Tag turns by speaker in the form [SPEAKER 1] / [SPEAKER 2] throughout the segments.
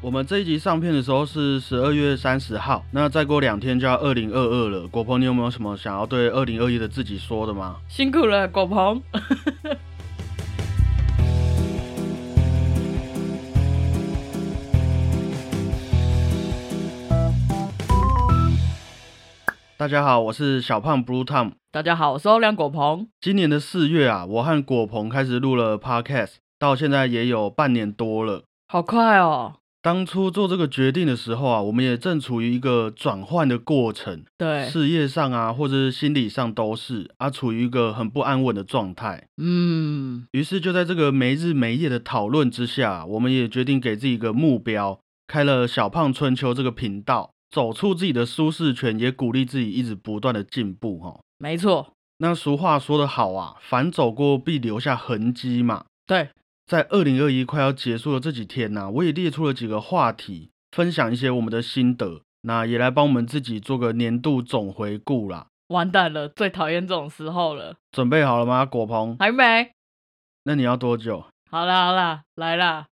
[SPEAKER 1] 我们这一集上片的时候是十二月三十号，那再过两天就要二零二二了。果鹏，你有没有什么想要对二零二一的自己说的吗？
[SPEAKER 2] 辛苦了，果鹏。
[SPEAKER 1] 大家好，我是小胖 Blue Tom。
[SPEAKER 2] 大家好，我是欧亮果鹏。
[SPEAKER 1] 今年的四月啊，我和果鹏开始录了 Podcast，到现在也有半年多了。
[SPEAKER 2] 好快哦！
[SPEAKER 1] 当初做这个决定的时候啊，我们也正处于一个转换的过程，
[SPEAKER 2] 对，
[SPEAKER 1] 事业上啊，或者是心理上都是啊，处于一个很不安稳的状态。
[SPEAKER 2] 嗯，
[SPEAKER 1] 于是就在这个没日没夜的讨论之下，我们也决定给自己一个目标，开了小胖春秋这个频道，走出自己的舒适圈，也鼓励自己一直不断的进步哦。
[SPEAKER 2] 没错，
[SPEAKER 1] 那俗话说得好啊，凡走过必留下痕迹嘛。
[SPEAKER 2] 对，
[SPEAKER 1] 在二零二一快要结束的这几天呢、我也列出了几个话题，分享一些我们的心得，那也来帮我们自己做个年度总回顾啦。
[SPEAKER 2] 完蛋了，最讨厌这种时候了。
[SPEAKER 1] 准备好了吗，果鹏？
[SPEAKER 2] 还没，
[SPEAKER 1] 那你要多久？
[SPEAKER 2] 好啦好啦，来啦，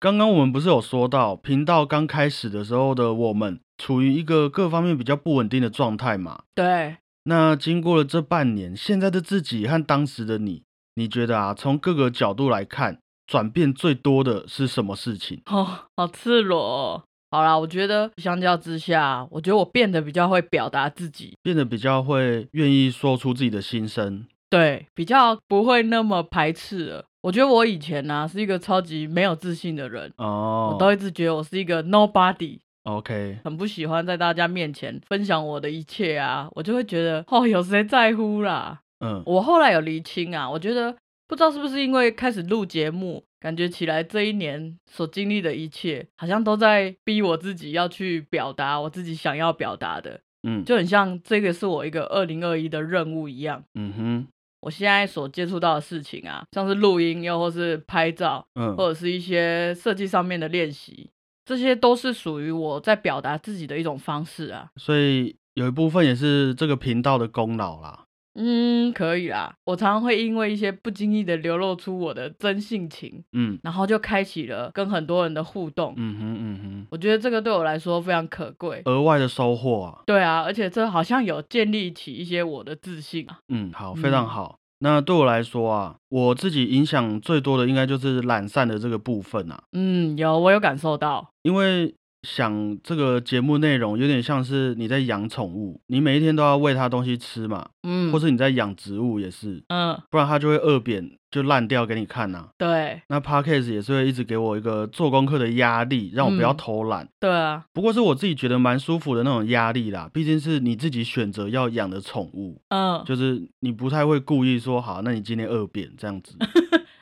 [SPEAKER 1] 刚刚我们不是有说到，频道刚开始的时候的我们，处于一个各方面比较不稳定的状态嘛。
[SPEAKER 2] 对，
[SPEAKER 1] 那经过了这半年，现在的自己和当时的你，你觉得啊，从各个角度来看，转变最多的是什么事情？
[SPEAKER 2] 哦，好赤裸哦、好啦，我觉得相较之下，我觉得我变得比较会表达自己，
[SPEAKER 1] 变得比较会愿意说出自己的心声。
[SPEAKER 2] 对，比较不会那么排斥了。我觉得我以前呢、是一个超级没有自信的人，我都
[SPEAKER 1] 哦
[SPEAKER 2] 一直觉得我是一个 nobody，
[SPEAKER 1] ，OK，
[SPEAKER 2] 很不喜欢在大家面前分享我的一切啊，我就会觉得哦，有谁在乎啦？
[SPEAKER 1] 嗯，
[SPEAKER 2] 我后来有厘清啊，我觉得不知道是不是因为开始录节目，感觉起来这一年所经历的一切，好像都在逼我自己要去表达我自己想要表达的，
[SPEAKER 1] 嗯，
[SPEAKER 2] 就很像这个是我一个二零二一的任务一样。
[SPEAKER 1] 嗯哼，
[SPEAKER 2] 我现在所接触到的事情啊，像是录音，又或是拍照，
[SPEAKER 1] 嗯，
[SPEAKER 2] 或者是一些设计上面的练习，这些都是属于我在表达自己的一种方式啊。
[SPEAKER 1] 所以有一部分也是这个频道的功劳啦。
[SPEAKER 2] 嗯，可以啦。我常常会因为一些不经意的流露出我的真性情，
[SPEAKER 1] 嗯，
[SPEAKER 2] 然后就开启了跟很多人的互动。
[SPEAKER 1] 嗯哼，嗯
[SPEAKER 2] 我觉得这个对我来说非常可贵。
[SPEAKER 1] 哼，额外的收获啊。
[SPEAKER 2] 对啊，而且这好像有建立起一些我的自信啊。
[SPEAKER 1] 嗯，好，
[SPEAKER 2] 嗯
[SPEAKER 1] 非常好。那对我来说啊，我自己影响最多的应该就是懒散的这个部分啊，
[SPEAKER 2] 嗯，有，我有感受到。
[SPEAKER 1] 因为想这个节目内容有点像是你在养宠物，你每一天都要喂它东西吃嘛，
[SPEAKER 2] 嗯，
[SPEAKER 1] 或是你在养植物也是，
[SPEAKER 2] 嗯，
[SPEAKER 1] 不然它就会饿扁，就烂掉给你看呐、
[SPEAKER 2] 对
[SPEAKER 1] 那 podcast 也是会一直给我一个做功课的压力，让我不要
[SPEAKER 2] 嗯
[SPEAKER 1] 偷懒。
[SPEAKER 2] 对啊，
[SPEAKER 1] 不过是我自己觉得蛮舒服的那种压力啦，毕竟是你自己选择要养的宠物，
[SPEAKER 2] 嗯，
[SPEAKER 1] 就是你不太会故意说好，那你今天饿扁这样 子。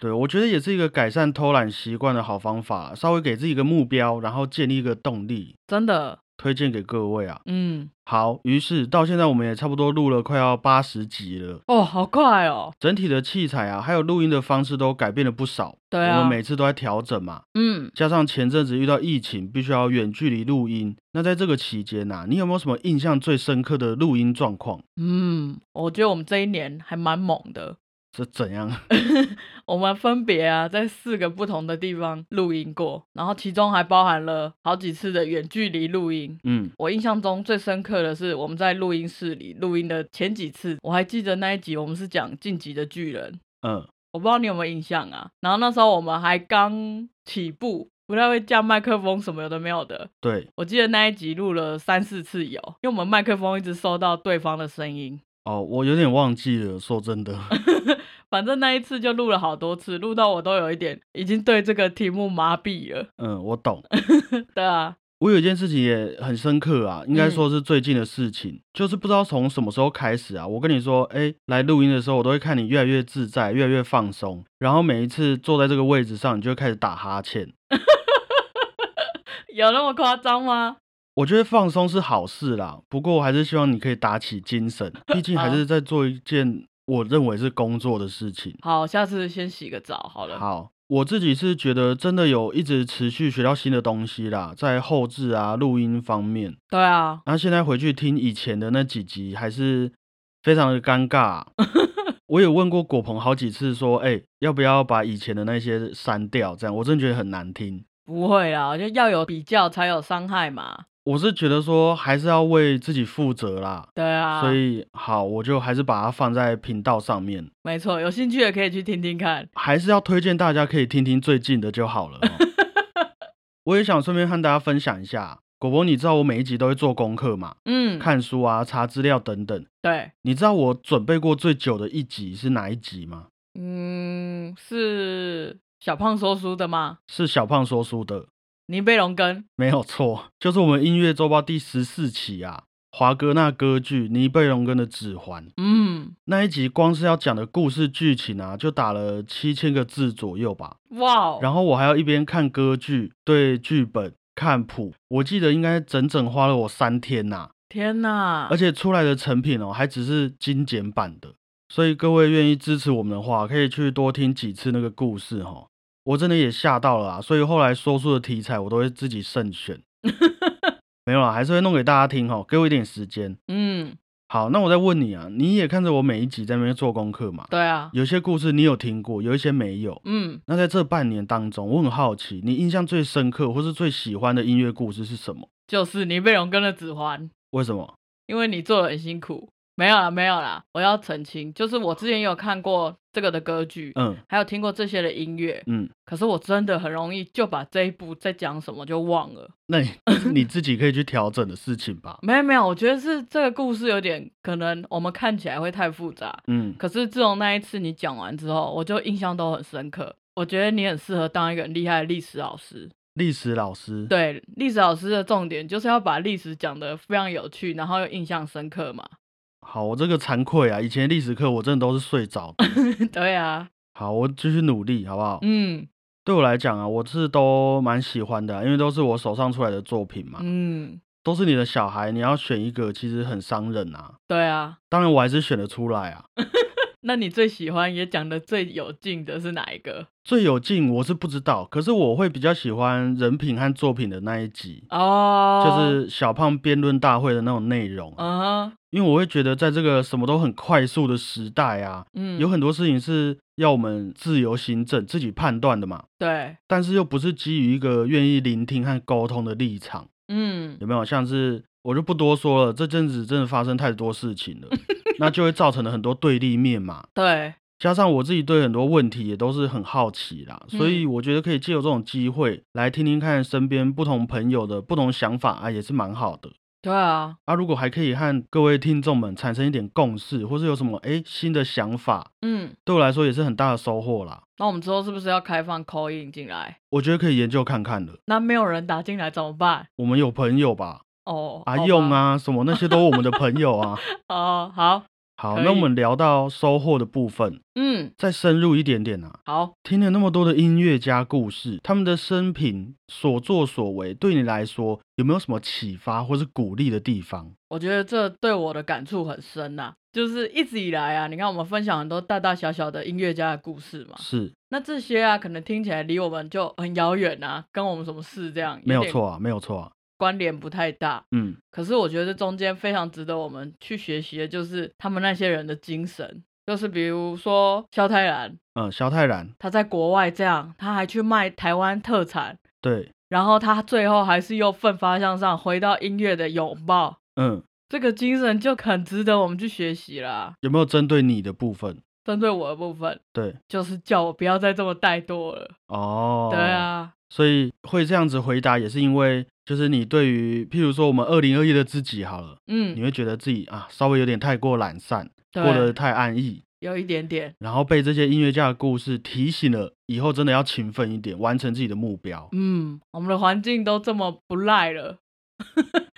[SPEAKER 1] 对，我觉得也是一个改善偷懒习惯的好方法，啊稍微给自己一个目标，然后建立一个动力，
[SPEAKER 2] 真的，
[SPEAKER 1] 推荐给各位啊。
[SPEAKER 2] 嗯，
[SPEAKER 1] 好，于是到现在我们也差不多录了快要八十集了。
[SPEAKER 2] 哦，好快哦。
[SPEAKER 1] 整体的器材啊，还有录音的方式都改变了不少。
[SPEAKER 2] 对啊
[SPEAKER 1] 我们每次都在调整嘛。
[SPEAKER 2] 嗯，
[SPEAKER 1] 加上前阵子遇到疫情，必须要远距离录音。那在这个期间呐、你有没有什么印象最深刻的录音状况？
[SPEAKER 2] 嗯，我觉得我们这一年还蛮猛的。
[SPEAKER 1] 这怎样？
[SPEAKER 2] 我们分别啊在四个不同的地方录音过，然后其中还包含了好几次的远距离录音。
[SPEAKER 1] 嗯，
[SPEAKER 2] 我印象中最深刻的是我们在录音室里录音的前几次，我还记得那一集我们是讲《晋级的巨人》，
[SPEAKER 1] 嗯，
[SPEAKER 2] 我不知道你有没有印象啊。然后那时候我们还刚起步，不太会架麦克风什么有的没有的。
[SPEAKER 1] 对，
[SPEAKER 2] 我记得那一集录了三四次有，因为我们麦克风一直收到对方的声音。
[SPEAKER 1] 哦，我有点忘记了，说真的，
[SPEAKER 2] 反正那一次就录了好多次，录到我都有一点已经对这个题目麻痹了。
[SPEAKER 1] 嗯，我懂。
[SPEAKER 2] 对啊，
[SPEAKER 1] 我有一件事情也很深刻啊，应该说是最近的事情，就是不知道从什么时候开始啊，我跟你说，哎、来录音的时候，我都会看你越来越自在，越来越放松，然后每一次坐在这个位置上，你就会开始打哈欠。
[SPEAKER 2] 有那么夸张吗？
[SPEAKER 1] 我觉得放松是好事啦，不过我还是希望你可以打起精神，毕竟还是在做一件我认为是工作的事情。
[SPEAKER 2] 好，下次先洗个澡好了。
[SPEAKER 1] 好，我自己是觉得真的有一直持续学到新的东西啦，在后置啊、录音方面。
[SPEAKER 2] 对啊，
[SPEAKER 1] 那现在回去听以前的那几集，还是非常的尴尬 啊、我也问过果鹏好几次，说，哎、要不要把以前的那些删掉？这样，我真的觉得很难听。
[SPEAKER 2] 不会啦，我觉得要有比较才有伤害嘛。
[SPEAKER 1] 我是觉得说还是要为自己负责啦。
[SPEAKER 2] 对啊，
[SPEAKER 1] 所以好，我就还是把它放在频道上面，
[SPEAKER 2] 没错，有兴趣的可以去听听看。
[SPEAKER 1] 还是要推荐大家可以听听最近的就好了 哦。我也想顺便和大家分享一下，果博，你知道我每一集都会做功课嘛，
[SPEAKER 2] 嗯，
[SPEAKER 1] 看书啊、查资料等等。
[SPEAKER 2] 对，
[SPEAKER 1] 你知道我准备过最久的一集是哪一集吗？
[SPEAKER 2] 嗯，是小胖说书的吗？
[SPEAKER 1] 是小胖说书的，
[SPEAKER 2] 尼贝龙根，
[SPEAKER 1] 没有错，就是我们音乐周报第十四期啊，华哥那歌剧《尼贝龙根的指环》
[SPEAKER 2] 嗯，
[SPEAKER 1] 那一集，光是要讲的故事剧情啊，就打了七千个字左右吧。
[SPEAKER 2] 哇哦，
[SPEAKER 1] 然后我还要一边看歌剧、对剧本、看谱，我记得应该整整花了我三天呐、
[SPEAKER 2] 天哪，
[SPEAKER 1] 而且出来的成品哦，还只是精简版的。所以各位愿意支持我们的话，可以去多听几次那个故事哦。我真的也吓到了啊，所以后来说书的题材我都会自己慎 选，没有啦，还是会弄给大家听哦。给我一点时间。
[SPEAKER 2] 嗯，
[SPEAKER 1] 好，那我再问你啊，你也看着我每一集在那边做功课嘛？
[SPEAKER 2] 对啊，
[SPEAKER 1] 有些故事你有听过，有一些没有。
[SPEAKER 2] 嗯，
[SPEAKER 1] 那在这半年当中，我很好奇，你印象最深刻或是最喜欢的音乐故事是什么？
[SPEAKER 2] 就是尼贝龙根的指环，
[SPEAKER 1] 为什么？
[SPEAKER 2] 因为你做的很辛苦。没有啦，没有啦，我要澄清，就是我之前有看过这个的歌剧，
[SPEAKER 1] 嗯
[SPEAKER 2] 还有听过这些的音乐，
[SPEAKER 1] 嗯，
[SPEAKER 2] 可是我真的很容易就把这一部在讲什么就忘了。
[SPEAKER 1] 那你 你自己可以去调整的事情吧。
[SPEAKER 2] 没有没有，我觉得是这个故事有点可能我们看起来会太复杂，
[SPEAKER 1] 嗯，
[SPEAKER 2] 可是自从那一次你讲完之后，我就印象都很深刻。我觉得你很适合当一个很厉害的历史老师。
[SPEAKER 1] 历史老师，，
[SPEAKER 2] 对，历史老师的重点就是要把历史讲得非常有趣，然后又印象深刻嘛。
[SPEAKER 1] 好，我这个惭愧啊，以前历史课我真的都是睡着 的。
[SPEAKER 2] 对啊，
[SPEAKER 1] 好，我继续努力，好不好？
[SPEAKER 2] 嗯
[SPEAKER 1] 对我来讲啊，我是都蛮喜欢的啊、因为都是我手上出来的作品嘛，
[SPEAKER 2] 嗯，
[SPEAKER 1] 都是你的小孩，你要选一个其实很伤人啊。
[SPEAKER 2] 对啊。
[SPEAKER 1] 当然，我还是选得出来
[SPEAKER 2] 嗯
[SPEAKER 1] 啊。
[SPEAKER 2] 那你最喜欢也讲得最有劲的是哪一个？
[SPEAKER 1] 最有劲我是不知道，可是我会比较喜欢人品和作品的那一集，
[SPEAKER 2] 哦、
[SPEAKER 1] 就是小胖辩论大会的那种内容啊、
[SPEAKER 2] 嗯哼
[SPEAKER 1] 因为我会觉得在这个什么都很快速的时代啊，
[SPEAKER 2] 嗯，
[SPEAKER 1] 有很多事情是要我们自由行政、自己判断的嘛，
[SPEAKER 2] 对，
[SPEAKER 1] 但是又不是基于一个愿意聆听和沟通的立场，
[SPEAKER 2] 嗯
[SPEAKER 1] 有没有？像是我就不多说了，这阵子真的发生太多事情了，那就会造成了很多对立面嘛。
[SPEAKER 2] 对，
[SPEAKER 1] 加上我自己对很多问题也都是很好奇啦，所以我觉得可以借由这种机会来听听看身边不同朋友的不同想法啊，也是蛮好的。
[SPEAKER 2] 对啊，
[SPEAKER 1] 啊，如果还可以和各位听众们产生一点共识，或是有什么诶新的想法，
[SPEAKER 2] 嗯。
[SPEAKER 1] 对我来说也是很大的收获啦。
[SPEAKER 2] 那我们之后是不是要开放 call in 进来？
[SPEAKER 1] 我觉得可以研究看看的。
[SPEAKER 2] 那没有人打进来怎么办？
[SPEAKER 1] 我们有朋友吧，
[SPEAKER 2] 哦，
[SPEAKER 1] 阿
[SPEAKER 2] 好
[SPEAKER 1] 用
[SPEAKER 2] 吧，
[SPEAKER 1] 啊，什么那些都是我们的朋友 啊。
[SPEAKER 2] 哦，好，
[SPEAKER 1] 好，
[SPEAKER 2] 可
[SPEAKER 1] 那我
[SPEAKER 2] 以
[SPEAKER 1] 们聊到收获的部分，
[SPEAKER 2] 嗯，
[SPEAKER 1] 再深入一点点啊。
[SPEAKER 2] 好，
[SPEAKER 1] 听了那么多的音乐家故事，他们的生平所作所为，对你来说有没有什么启发或是鼓励的地方？
[SPEAKER 2] 我觉得这对我的感触很深呐、就是一直以来啊，你看我们分享很多大大小小的音乐家的故事嘛，
[SPEAKER 1] 是
[SPEAKER 2] 那这些啊，可能听起来离我们就很遥远啊，跟我们什么事这样，
[SPEAKER 1] 没有，错啊，没有错啊。
[SPEAKER 2] 关联不太大。
[SPEAKER 1] 嗯，
[SPEAKER 2] 可是我觉得这中间非常值得我们去学习的，就是他们那些人的精神，就是比如说萧泰然，
[SPEAKER 1] 呃，萧泰然，
[SPEAKER 2] 他在国外这样，他还去卖台湾特产，
[SPEAKER 1] 对，
[SPEAKER 2] 然后他最后还是又奋发向上，回到音乐的拥抱，
[SPEAKER 1] 嗯，
[SPEAKER 2] 这个精神就很值得我们去学习啦。
[SPEAKER 1] 有没有针对你的部分？
[SPEAKER 2] 针对我的部分，
[SPEAKER 1] 对，
[SPEAKER 2] 就是叫我不要再这么怠惰了。
[SPEAKER 1] 哦，
[SPEAKER 2] 对，啊，
[SPEAKER 1] 所以会这样子回答，也是因为就是你对于，譬如说我们二零二一的自己好了，你
[SPEAKER 2] 嗯，
[SPEAKER 1] 会觉得自己啊稍微有点太过懒散，过得
[SPEAKER 2] 对，
[SPEAKER 1] 太安逸，
[SPEAKER 2] 有一点点，
[SPEAKER 1] 然后被这些音乐家的故事提醒了，以后真的要勤奋一点，完成自己的目标。
[SPEAKER 2] 嗯，我们的环境都这么不赖了，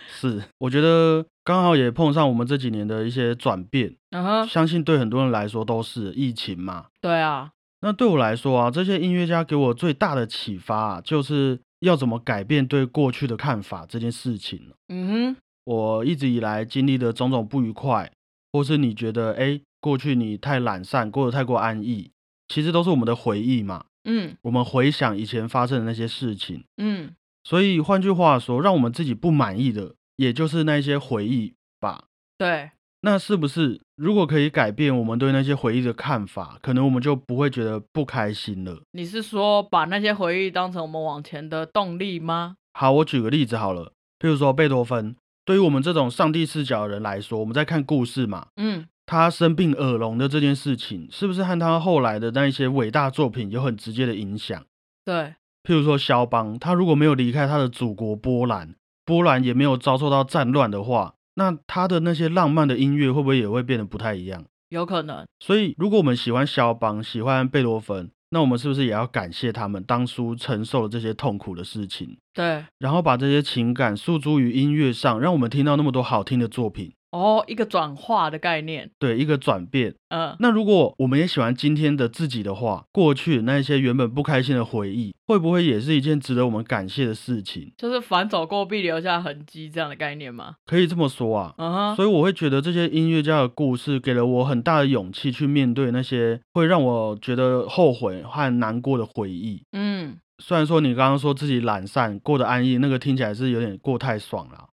[SPEAKER 1] 是，我觉得刚好也碰上我们这几年的一些转变，
[SPEAKER 2] 嗯哼，
[SPEAKER 1] 相信对很多人来说都是疫情嘛。
[SPEAKER 2] 对啊，
[SPEAKER 1] 那对我来说啊，这些音乐家给我最大的启发、啊，就是要怎么改变对过去的看法这件事情。
[SPEAKER 2] 嗯哼，
[SPEAKER 1] 我一直以来经历的种种不愉快，或是你觉得哎，过去你太懒散，过得太过安逸，其实都是我们的回忆嘛。
[SPEAKER 2] 嗯
[SPEAKER 1] 我们回想以前发生的那些事情，
[SPEAKER 2] 嗯，
[SPEAKER 1] 所以换句话说，让我们自己不满意的，也就是那些回忆吧。
[SPEAKER 2] 对，
[SPEAKER 1] 那是不是如果可以改变我们对那些回忆的看法，可能我们就不会觉得不开心了？
[SPEAKER 2] 你是说把那些回忆当成我们往前的动力吗？
[SPEAKER 1] 好，我举个例子好了，譬如说贝多芬，对于我们这种上帝视角的人来说，我们在看故事嘛，
[SPEAKER 2] 嗯，
[SPEAKER 1] 他生病耳聋的这件事情，是不是和他后来的那一些伟大作品有很直接的影响？
[SPEAKER 2] 对，
[SPEAKER 1] 譬如说肖邦，他如果没有离开他的祖国波兰，波兰也没有遭受到战乱的话，那他的那些浪漫的音乐会不会也会变得不太一样？
[SPEAKER 2] 有可能。
[SPEAKER 1] 所以，如果我们喜欢肖邦，喜欢贝多芬，那我们是不是也要感谢他们当初承受了这些痛苦的事情，
[SPEAKER 2] 对，
[SPEAKER 1] 然后把这些情感诉诸于音乐上，让我们听到那么多好听的作品？
[SPEAKER 2] 哦，一个转化的概念，
[SPEAKER 1] 对，一个转变。
[SPEAKER 2] 嗯，
[SPEAKER 1] 那如果我们也喜欢今天的自己的话，过去那些原本不开心的回忆，会不会也是一件值得我们感谢的事情？
[SPEAKER 2] 就是反走过必留下痕迹这样的概念吗？
[SPEAKER 1] 可以这么说啊。
[SPEAKER 2] 嗯哼，
[SPEAKER 1] 所以我会觉得这些音乐家的故事给了我很大的勇气去面对那些会让我觉得后悔和难过的回忆。
[SPEAKER 2] 嗯，
[SPEAKER 1] 虽然说你刚刚说自己懒散、过得安逸，那个听起来是有点过太爽了。啊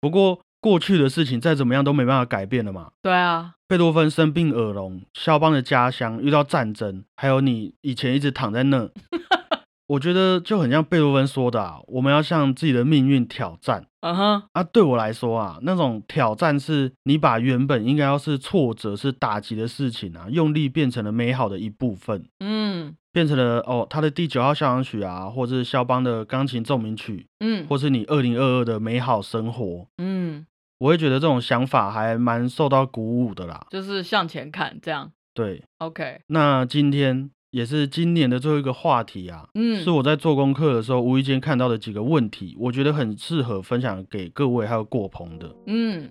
[SPEAKER 1] 不过过去的事情再怎么样都没办法改变了嘛。
[SPEAKER 2] 对啊，
[SPEAKER 1] 贝多芬生病耳聋，肖邦的家乡遇到战争，还有你以前一直躺在那，我觉得就很像贝多芬说的、啊，我们要向自己的命运挑战。
[SPEAKER 2] 嗯哼，
[SPEAKER 1] 啊，对我来说啊，那种挑战是你把原本应该要是挫折、是打击的事情啊，用力变成了美好的一部分，
[SPEAKER 2] 嗯
[SPEAKER 1] 变成了哦，他的第九号交响曲啊，或者是肖邦的钢琴奏鸣曲，
[SPEAKER 2] 嗯
[SPEAKER 1] 或是你二零二二的美好生活，
[SPEAKER 2] 嗯，
[SPEAKER 1] 我会觉得这种想法还蛮受到鼓舞的啦。
[SPEAKER 2] 就是向前看这样。
[SPEAKER 1] 对，
[SPEAKER 2] OK，
[SPEAKER 1] 那今天也是今年的最后一个话题啊，
[SPEAKER 2] 嗯
[SPEAKER 1] 是我在做功课的时候无意间看到的几个问题，我觉得很适合分享给各位还有果鹏的。
[SPEAKER 2] 嗯，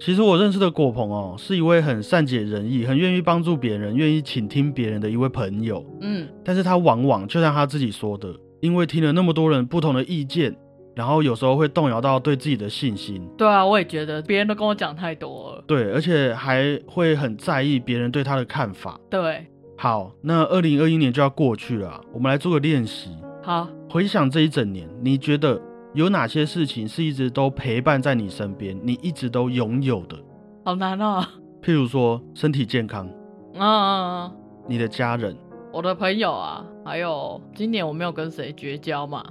[SPEAKER 1] 其实我认识的果鹏哦，是一位很善解人意、很愿意帮助别人、愿意倾听别人的一位朋友。
[SPEAKER 2] 嗯，
[SPEAKER 1] 但是他往往就像他自己说的，因为听了那么多人不同的意见，然后有时候会动摇到对自己的信心，
[SPEAKER 2] 对啊，我也觉得别人都跟我讲太多了。
[SPEAKER 1] 对，而且还会很在意别人对他的看法。
[SPEAKER 2] 对，
[SPEAKER 1] 好，那二零二一年就要过去了啊，我们来做个练习，
[SPEAKER 2] 好，
[SPEAKER 1] 回想这一整年，你觉得有哪些事情是一直都陪伴在你身边，你一直都拥有的？
[SPEAKER 2] 好难哦。
[SPEAKER 1] 譬如说身体健康，
[SPEAKER 2] 嗯嗯，嗯
[SPEAKER 1] 你的家人。
[SPEAKER 2] 我的朋友啊，还有今年我没有跟谁绝交嘛？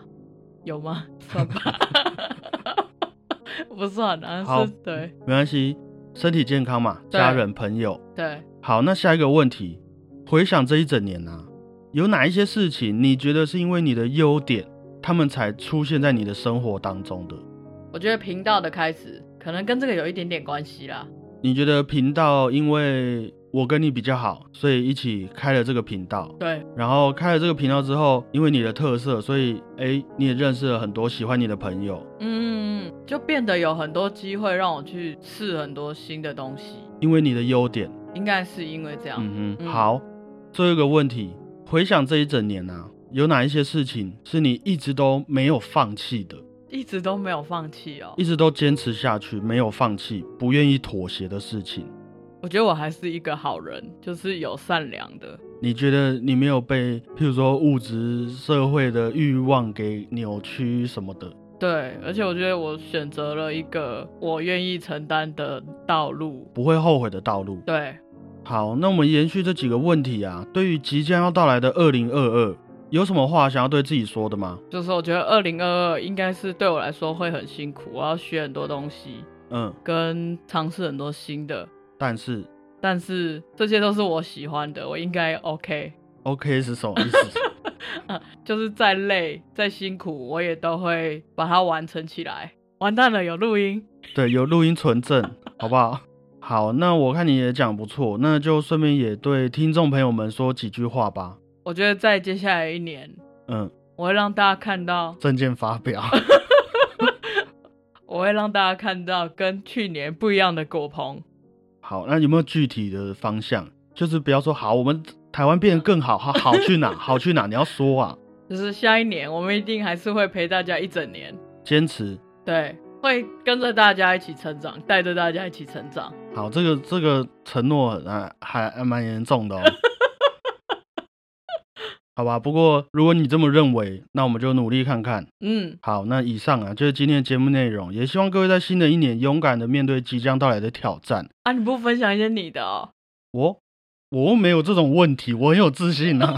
[SPEAKER 2] 有 吗？算吧， 不算啊。
[SPEAKER 1] 好
[SPEAKER 2] 是对
[SPEAKER 1] 没关系，身体健康嘛，
[SPEAKER 2] 对
[SPEAKER 1] 家人朋友。
[SPEAKER 2] 对，
[SPEAKER 1] 好，那下一个问题，回想这一整年啊，有哪一些事情你觉得是因为你的优点，他们才出现在你的生活当中的？
[SPEAKER 2] 我觉得频道的开始可能跟这个有一点点关系啦。
[SPEAKER 1] 你觉得频道因为我跟你比较好，所以一起开了这个频道，
[SPEAKER 2] 对，
[SPEAKER 1] 然后开了这个频道之后，因为你的特色，所以诶你也认识了很多喜欢你的朋友，
[SPEAKER 2] 嗯，就变得有很多机会让我去试很多新的东西，
[SPEAKER 1] 因为你的优点。
[SPEAKER 2] 应该是因为这样。
[SPEAKER 1] 嗯哼，
[SPEAKER 2] 嗯
[SPEAKER 1] 好，最后一个问题，回想这一整年啊，有哪一些事情是你一直都没有放弃的，
[SPEAKER 2] 一直都没有放弃哦
[SPEAKER 1] 一。直都坚持下去，没有放弃，不愿意妥协的事情？
[SPEAKER 2] 我觉得我还是一个好人，就是有善良的。
[SPEAKER 1] 你觉得你没有被，譬如说物质社会的欲望给扭曲什么的？
[SPEAKER 2] 对，而且我觉得我选择了一个我愿意承担的道路。
[SPEAKER 1] 不会后悔的道路。
[SPEAKER 2] 对，
[SPEAKER 1] 好，那我们延续这几个问题啊，对于即将要到来的二零二二，有什么话想要对自己说的吗？
[SPEAKER 2] 就是我觉得二零二二应该是对我来说会很辛苦，我要学很多东西，
[SPEAKER 1] 嗯，
[SPEAKER 2] 跟尝试很多新的，
[SPEAKER 1] 但是
[SPEAKER 2] 但是这些都是我喜欢的，我应该 OK。
[SPEAKER 1] OK 是什么意思？
[SPEAKER 2] 就是再累再辛苦，我也都会把它完成起来。完蛋了，有录音。
[SPEAKER 1] 对，有录音存证，好不好？好，那我看你也讲不错，那就顺便也对听众朋友们说几句话吧。
[SPEAKER 2] 我觉得在接下来一年，
[SPEAKER 1] 嗯，
[SPEAKER 2] 我会让大家看到，
[SPEAKER 1] 证件发表，
[SPEAKER 2] 我会让大家看到跟去年不一样的果鹏。
[SPEAKER 1] 好，那有没有具体的方向？就是不要说好，我们台湾变得更好，好好去哪？好去哪？你要说啊，
[SPEAKER 2] 就是下一年，我们一定还是会陪大家一整年，
[SPEAKER 1] 坚持。
[SPEAKER 2] 对，会跟着大家一起成长，带着大家一起成长。
[SPEAKER 1] 好，这个这个承诺啊，还还蛮严重的哦。好吧，不过如果你这么认为，那我们就努力看看。
[SPEAKER 2] 嗯，
[SPEAKER 1] 好，那以上啊就是今天的节目内容，也希望各位在新的一年勇敢的面对即将到来的挑战。
[SPEAKER 2] 啊，你不分享一些你的哦？
[SPEAKER 1] 我我又没有这种问题，我很有自信啊。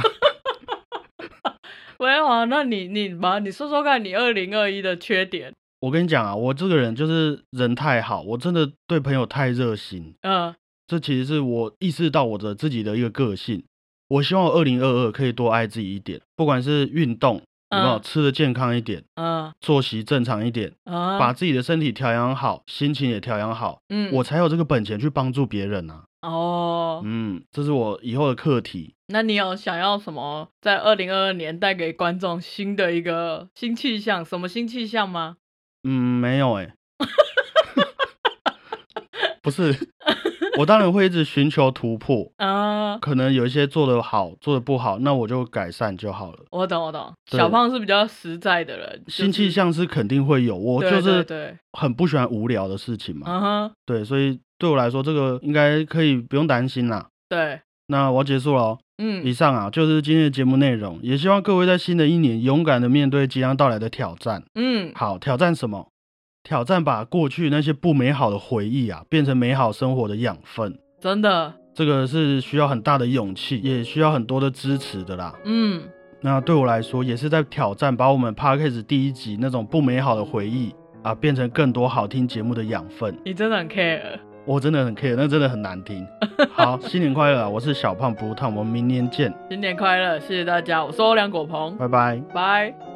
[SPEAKER 2] 没有啊，那你你吧，你说说看你二零二一的缺点。
[SPEAKER 1] 我跟你讲啊，我这个人就是人太好，我真的对朋友太热心，
[SPEAKER 2] 嗯，
[SPEAKER 1] 这其实是我意识到我的自己的一个个性。我希望我二零二二可以多爱自己一点，不管是运动，有没有
[SPEAKER 2] 嗯
[SPEAKER 1] 吃的健康一点，
[SPEAKER 2] 嗯
[SPEAKER 1] 作息正常一点，
[SPEAKER 2] 嗯，
[SPEAKER 1] 把自己的身体调养好，心情也调养好，
[SPEAKER 2] 嗯
[SPEAKER 1] 我才有这个本钱去帮助别人啊。
[SPEAKER 2] 哦，
[SPEAKER 1] 嗯，这是我以后的课题。
[SPEAKER 2] 那你有想要什么在二零二二年带给观众新的一个新气象？什么新气象吗？
[SPEAKER 1] 嗯，没有哎、 不是，我当然会一直寻求突破，
[SPEAKER 2] 啊、
[SPEAKER 1] 可能有一些做得好，做得不好，那我就改善就好了。
[SPEAKER 2] 我懂我懂，
[SPEAKER 1] 对
[SPEAKER 2] 小胖是比较实在的人，就是
[SPEAKER 1] 新气，象是肯定会有，我
[SPEAKER 2] 对
[SPEAKER 1] 就
[SPEAKER 2] 对
[SPEAKER 1] 是
[SPEAKER 2] 对，
[SPEAKER 1] 很不喜欢无聊的事情嘛，
[SPEAKER 2] 嗯哼，
[SPEAKER 1] 对，所以对我来说，这个应该可以不用担心啦。
[SPEAKER 2] 对，
[SPEAKER 1] 那我要结束了哦，以
[SPEAKER 2] 嗯，
[SPEAKER 1] 上啊就是今天的节目内容，也希望各位在新的一年勇敢的面对即将到来的挑战。
[SPEAKER 2] 嗯，
[SPEAKER 1] 好，挑战什么？挑战把过去那些不美好的回忆啊，变成美好生活的养分。
[SPEAKER 2] 真的，
[SPEAKER 1] 这个是需要很大的勇气，也需要很多的支持的啦。
[SPEAKER 2] 嗯，
[SPEAKER 1] 那对我来说，也是在挑战把我们 podcast 第一集那种不美好的回忆啊，变成更多好听节目的养分。
[SPEAKER 2] 你真的很 care，
[SPEAKER 1] 我真的很 care，那真的很难听。好，新年快乐啊！我是小胖不烫，我们明年见，
[SPEAKER 2] 新年快乐，谢谢大家，我是欧良果鹏，
[SPEAKER 1] 拜拜。
[SPEAKER 2] 拜。